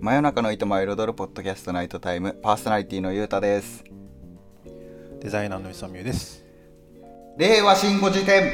真夜中のいとまを彩るポッドキャストナイトタイムパーソナリティのゆうたですデザイナーの磯美優です。令和新語辞典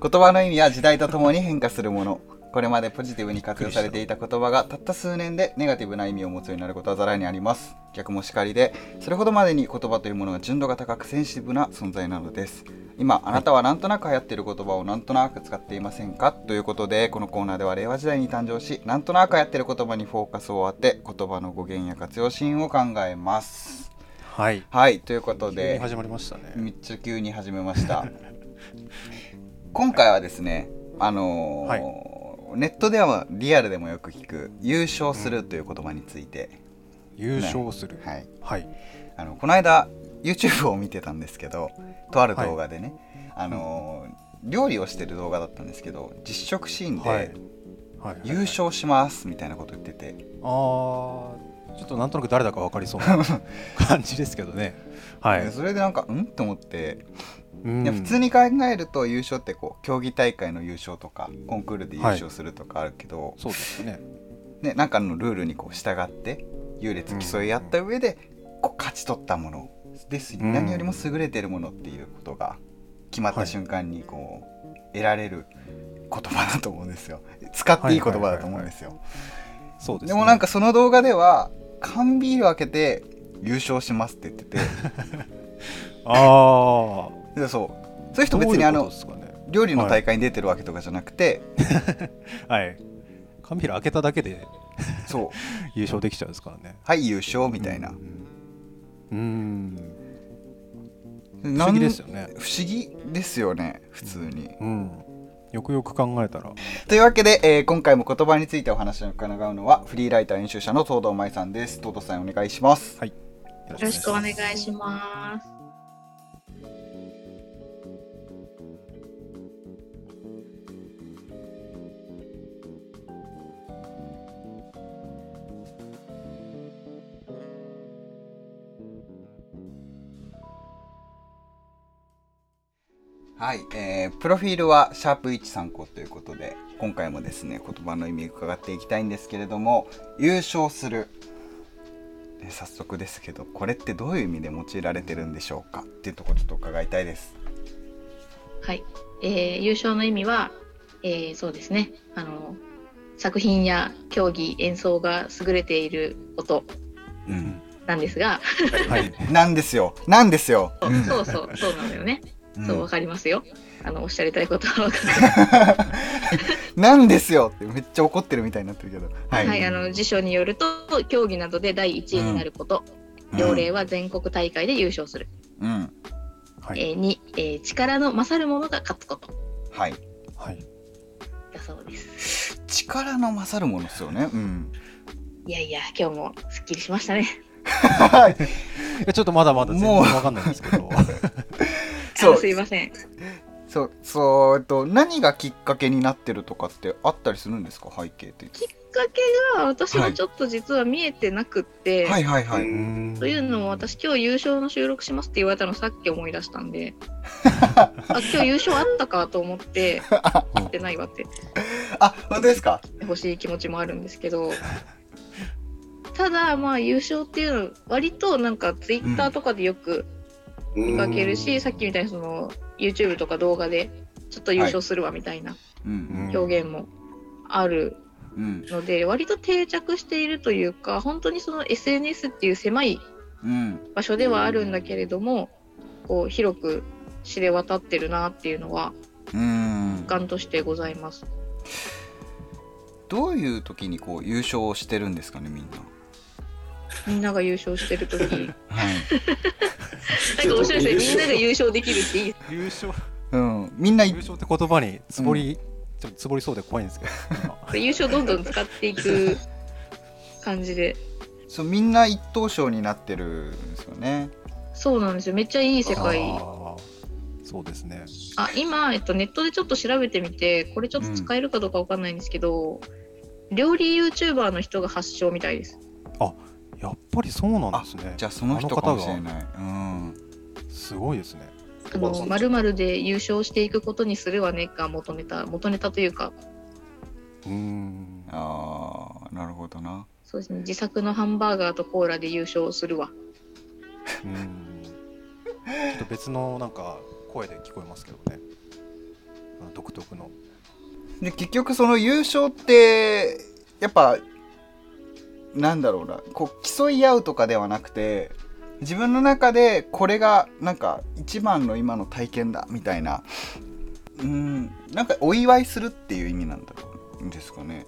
言葉の意味は時代とともに変化するものこれまでポジティブに活用されていた言葉がたった数年でネガティブな意味を持つようになることはざらにあります逆もしかりでそれほどまでに言葉というものが純度が高くセンシティブな存在なのです今あなたはなんとなく流行っている言葉をなんとなく使っていませんかということでこのコーナーでは令和時代に誕生しなんとなく流行っている言葉にフォーカスを当て言葉の語源や活用シーンを考えますはい。はいということ急にで始まりましたね。めっちゃ急に始めました今回はですねあのーはいネットではリアルでもよく聞く「優勝する」という言葉について、優勝する。はい、はい。あのこの間 YouTube を見てたんですけどとある動画でね、あのー料理をしてる動画だったんですけど実食シーンはいで。はい「優。勝します」みたいなこと言っててああ、ちょっとなんとなく誰だかわかりそう な感じですけどね。はい。それでなんか「うん?」と思ってうんいや普通に考えると優勝ってこう競技大会の優勝とかコンクールで優勝するとかあるけど、そうですね。ね、なんかのルールにこう従って優劣競い合った上でこう勝ち取ったものですうん何よりも優れてるものっていうことが決まった瞬間にこう得られる言葉だと思うんですよ使っていい言葉だと思うんですよそうです、でね。もなんかその動画では缶ビール開けて優勝しますって言っててああ。 でそうそういう人別にあどういうのことですかね。料理の大会に出てるわけとかじゃなくて、はい。カンビラ開けただけでそう優勝できちゃうんですからね。はい優勝みたいな、うん。不なん思議ですよね。不思議ですよね普通にうん。よくよく考えたら。というわけで、えー今回も言葉についてお話を伺うのはフリーライター編集者の東堂舞さんです東堂さんお願いしますよよろしくお願いますします。はい、えープロフィールはシャープ1参考ということで今回もですね言葉の意味伺っていきたいんですけれども優勝する、ね早速ですけどこれってどういう意味で用いられてるんでしょうかっていうところちょっと伺いたいですはい、えー優勝の意味は、えーそうですね。あの作品や競技演奏が優れていることうんなんですが、はい。なんですよなんですよ、そうそうそうなんだよね。うんそうわかりますよ。あのおっしゃりたいことはわかる。なんですよってめっちゃ怒ってるみたいになってるけどははい、あの辞書によると競技などで第1位になること。両例は全国大会で優勝する。うんはい。えー、2、えー力の勝る者が勝つことはいはい。だそうです。力の勝るものですよね。うん。いやいや、今日もすっきりしましたね。いやちょっとまだまだ全然もうわかんないんですけど。 そうあ すいません。そう、そう、えっと、何がきっかけになってるとかってあったりするんですか、背景って。きっかけが私もちょっと実は見えてなくって、はいはいはう い。んというのも私今日優勝の収録しますって言われたのさっき思い出したんであ今日優勝あったかと思ってあってないわってあ、本当ですか。欲しい気持ちもあるんですけどただまあ優勝っていうの割となんかツイッターとかでよく見かけるし、さっきみたいにその YouTube とか動画でちょっと優勝するわみたいなうん表現もあるうんので割と定着しているというか本当にその SNS っていう狭いうん場所ではあるんだけれどもこう広く知れ渡ってるなっていうのはうん。感としてございます。どういう時にこう優勝をしてるんですかね、みんな。みんなが優勝してる 時なんかはい。面白いですねみんなが優勝できるっていい優勝うん、みんな優勝って言葉につぼり、ちょっとつぼりそうで怖いんですけど。今優勝どんどん使っていく感じでそう、みんな一等賞になってるんですよね。そうなんですよめっちゃいい世界あーそうですね。あ今、えっと、ネットでちょっと調べてみてこれちょっと使えるかどうかわかんないんですけど、料理 YouTuber の人が発祥みたいですやっぱりそうなんですね。じゃあ、その人かもしれない。うん。すごいですね。あそうそのう〇〇で優勝していくことにするわねが元ネタ元ネタというかうーん。ああ、なるほどなそうですね自作のハンバーガーとコーラで優勝するわうんちょっと別のなんか声で聞こえますけどねあの独特ので結局その優勝ってやっぱなんだろうなこう競い合うとかではなくて自分の中でこれがなんか一番の今の体験だみたいなうんなんかお祝いするっていう意味なんだろうんですかね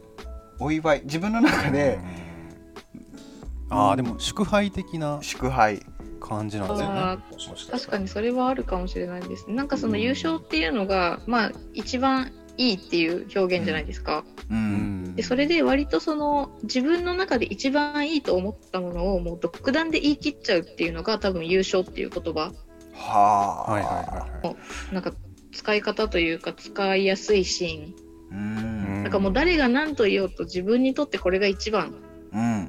お祝い自分の中でうんああでも祝杯的な祝杯感じなんですよあねー確かにそれはあるかもしれないですねなんかその優勝っていうのが、まあ一番いいっていう表現じゃないですか、ううんんでそれで割とその自分の中で一番いいと思ったものをもう独断で言い切っちゃうっていうのが多分優勝っていう言葉はあはいはいはいはいなんか使い方というか使いやすいシうーンんなんかもう誰が何と言おうと自分にとってこれが一番うん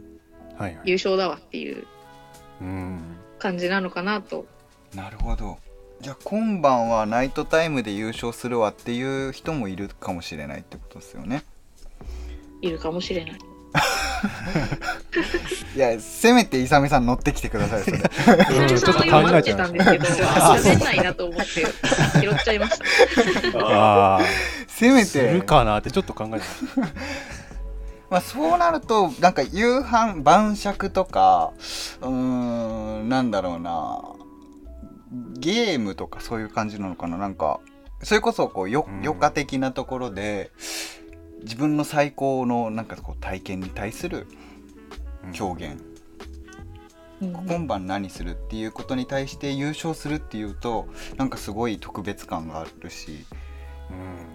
はいはい優勝だわっていううん感じなのかなとなるほどじゃあ今晩はナイトタイムで優勝するわっていう人もいるかもしれないってことですよねいるかもしれないいやせめてイサミさん乗ってきてくださ いそれ伊うん沢ちょっとさ考んはえ待っちゃていたまんしですけど喋んないなと思って拾っちゃいましたたあああせめすてるかなってちょっと考えてましまあ、そうなるとなんか夕飯晩酌とかうーんなんだろうなゲームとかそういう感じなのかななんかそれこそこうようん余暇的なところで自分の最高のなんかこう体験に対するた狂言うん今晩何するっていうことに対して優勝するっていうとなんかすごい特別感があるしうん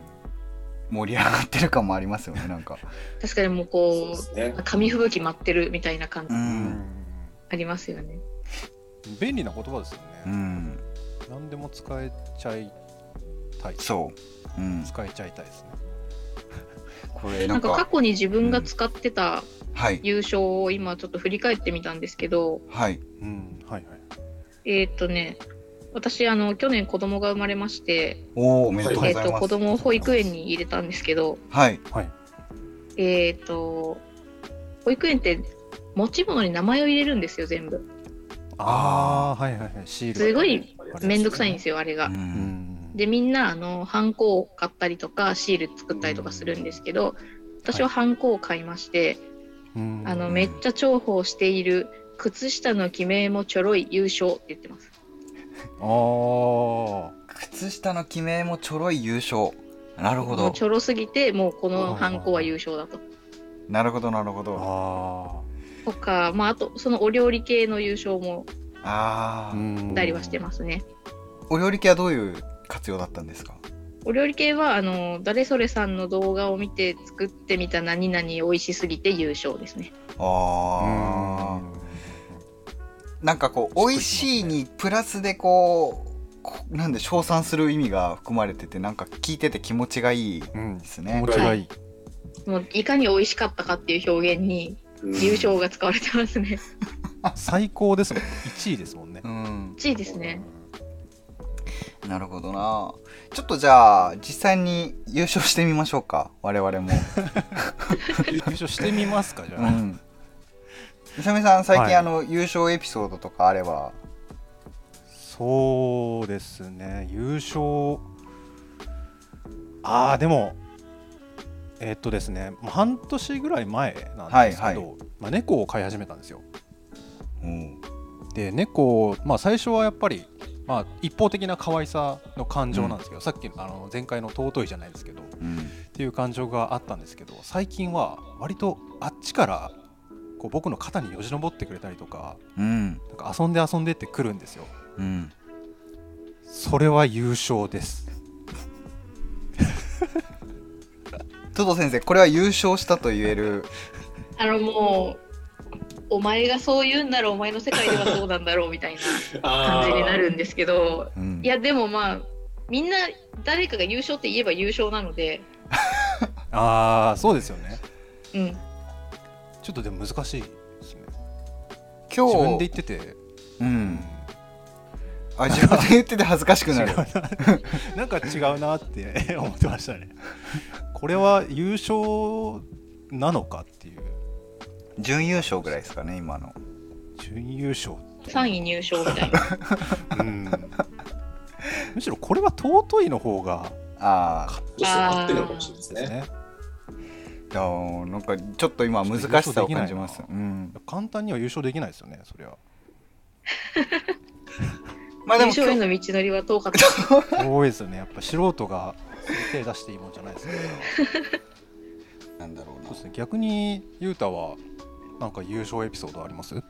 盛り上がってる感もありますよ ねなんか。確かにもうーそうでこすねう紙吹雪待ってるみたいな感じううんんありますよね、便利な言葉ですようねん、何でも使えちゃいたいそう、うん、使えちゃいたいですねこれななんんかか過去に自分が使ってたはい優勝を今ちょっと振り返ってみたんですけど、はいうんはいはいえーっとね私あの去年子供が生まれまして、おおおめでとうごえざーいっとます。子供を保育園に入れたんですけどはい。はいえーっと保育園って持ち物に名前を入れるんですよ全部ああはいはいはいシールすごいあれめんどくさいんですよあれうが。うんんでみんなあのハンコを買ったりとかシール作ったりとかするんですけど私はハンコを買いまして、うんあのめっちゃ重宝している靴下の記名もちょろい優勝って言ってます。あー靴下の記名もちょろい優勝。なるほもどうち。ょろすぎてもうこのハンコは優勝だと。なるほどなるほど。あとか、まあ、あとそのお料理系の優勝もああ、ーたりはしてますね。お料理系はどういう活用だったんですか。お料理系はあの誰それさんの動画を見て作ってみた何々美味しすぎて優勝ですね。ああ、なんかこう美味しいにプラスでこうこなんで称賛する意味が含まれててなんか聞いてて気持ちがいいでうんうんす気ね持。ちがいいもういかに美味しかったかっていう表現にうん優勝が使われてますね。 最高ですもん1位ですもんねうん、 1位ですね。なるほどな。ちょっとじゃあ実際に優勝してみましょうか我々 も。優勝してみますかじゃうあん。みさみさん最近、はいあの優勝エピソードとかあれば。そうですね優勝ああでもえっとですねもう半年ぐらい前なんですけど、はいはまあ、猫を飼い始めたんですようん。で猫を、まあ、最初はやっぱり、まあ、一方的な可愛さの感情なんですけど、さっきのあの前回の「尊い」じゃないですけどっていう感情があったんですけど最近は割とあっちからこう僕の肩によじ登ってくれたりとかうん。なんか遊んで遊んでってくるんですようん。それは優勝ですトド先生、これは優勝したと言える。あのもうお前がそう言うんならお前の世界ではそうなんだろうみたいな。あ 感ーじになるんですけどうんいやでもまあみんな誰かが優勝って言えば優勝なので、ああそうですよねうん、ちょっとでも難しいですね今自分で言日っ。てて、う。うんあ、自分で言ってて恥ずかしく違な うる。ななんか違うなって 思ってましたねこれは優勝なのかっていう準優勝ぐらいですかね今の準優勝3位入賞みたいなうんむしろこれは尊いの方がああちょっと合ってるのかもしれないですですね。ねいやーなんかちょっと今難しさを感じますちょっとうん簡単には優勝できないですよねそりゃ まあで優も勝へ今の道のりは遠かった多いですよねやっぱ素人が手出していいもんじゃないですから日なんだろうなそうですね逆にゆうたはなんか優勝エピソードありますい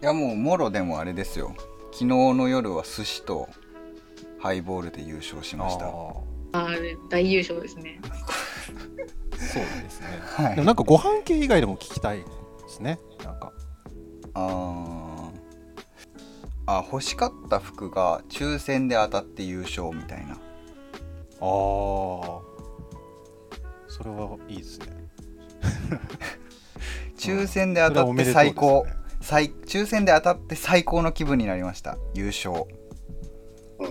やもうもろでもあれですよ昨日の夜は寿司とハイボールで優勝しましたはー大優勝です ねそうですねでもいなんかご飯系以外でも聞きたいですねなんかあーあ欲しかった服が抽選で当たって優勝みたいなああーそれはいいですね抽選でそ当れはたおっめてでとう最高、最抽選で当たって最高の気分になりました優勝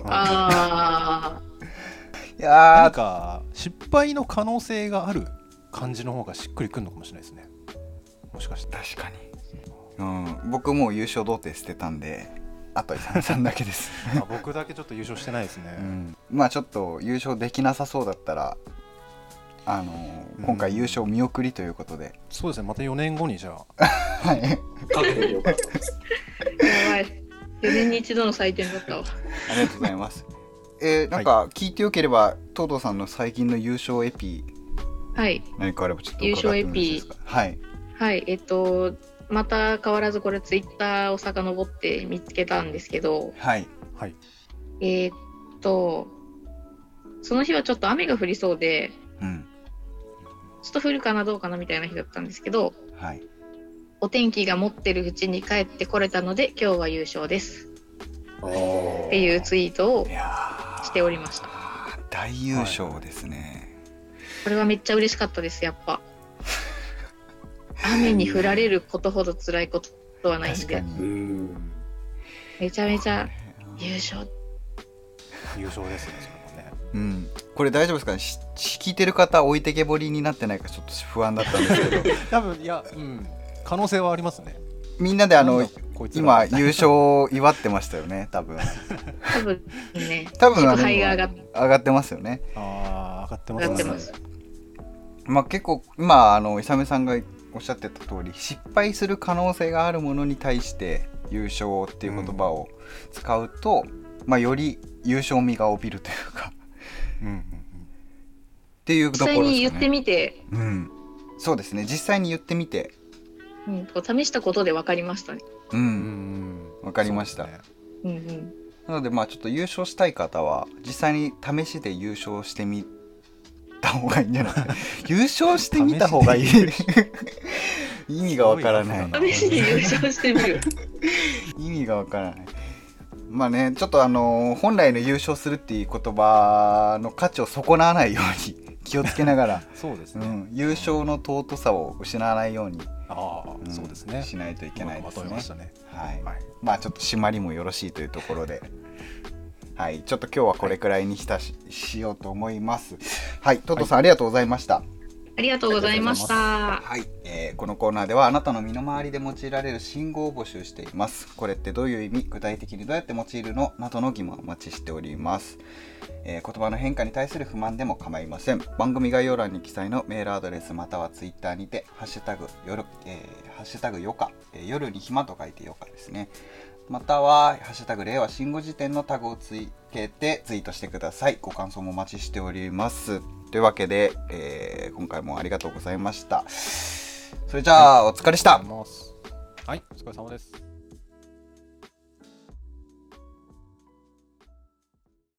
あいなやんか失敗の可能性がある感じの方がしっくりくるのかもしれないですねもしか してー確かに、うん、僕もう優勝童貞捨てたんであとさんさんだけです、あ僕だけちょっと優勝してないですね、うん、まあちょっと優勝できなさそうだったらあのーうん今回優勝見送りということで、そうですねまた4年後にじゃあはいかけてみようかと思います。あやばい4年に一度の祭典だったわありがとうございます。 えー、なんか聞いてよければ、東堂さんの最近の優勝エピはい何かあればちょっと伺ってもいいですか。はい。はいえっとまた変わらずこれツイッターを遡って見つけたんですけどはい。はいえーっとその日はちょっと雨が降りそうでうん。ちょっと降るかなどうかなみたいな日だったんですけどはい。お天気が持ってるうちに帰ってこれたので今日は優勝ですっていうツイートをいやしておりましたー大優勝ですね。これはめっちゃ嬉しかったですやっぱ雨に降られることほど辛いことはないん確かでうに。ん。めちゃめちゃ優勝優勝ですねそれもねうん。これ大丈夫ですかね。しし聞いてる方置いてけぼりになってないかちょっと不安だったんですけど、 多分いやうん可能性はありますねみんなであのなんだこいつら今優勝を祝ってましたよね。多分。多分ね 多分あの祝杯が上がっ上がってますよね。ああ上がってま上すがねってますまあ、結構今あのイサムさんがおっしゃってた通り失敗する可能性があるものに対して優勝っていう言葉を使うと、まあ、より優勝味が帯びるというか うんうんっていう実ところです際かねに言ってみて、うん、そうですね実際に言ってみてうん、こう試したことで分かりましたねううんんわかりましたそうですねうんうんなのでまあちょっと優勝したい方は実際に試しで優勝してみた方がいいんじ ゃないですか優勝してみた方がいい意味がわからないすごい試しに優勝してみる意味がわからないまあねちょっとあのー本来の優勝するっていう言葉の価値を損なわないように気をつけながら、そうですうね、ん、優勝の尊さを失わないように、ああ、んそうですねしないといけないうでますとめねましたねはい、はいまあちょっと締まりもよろしいというところではいちょっと今日はこれくらいにしたし,、しようと思いますはいトトさん、ありがとうございましたありがとうございましたはい、えーこのコーナーではあなたの身の回りで用いられる信号を募集していますこれってどういう意味具体的にどうやって用いるのなどの疑問をお待ちしております、えー言葉の変化に対する不満でも構いません番組概要欄に記載のメールアドレスまたはツイッターにてハッシュタグ夜、えーハッシュタグよか、えー夜に暇と書いてよかですねまたは「ハッシュタグ令和新語辞典」のタグをつけてツイートしてくださいご感想もお待ちしておりますというわけで、えー今回もありがとうございましたそれじゃあ、お疲れでしたありがとうございますはいお疲れ様です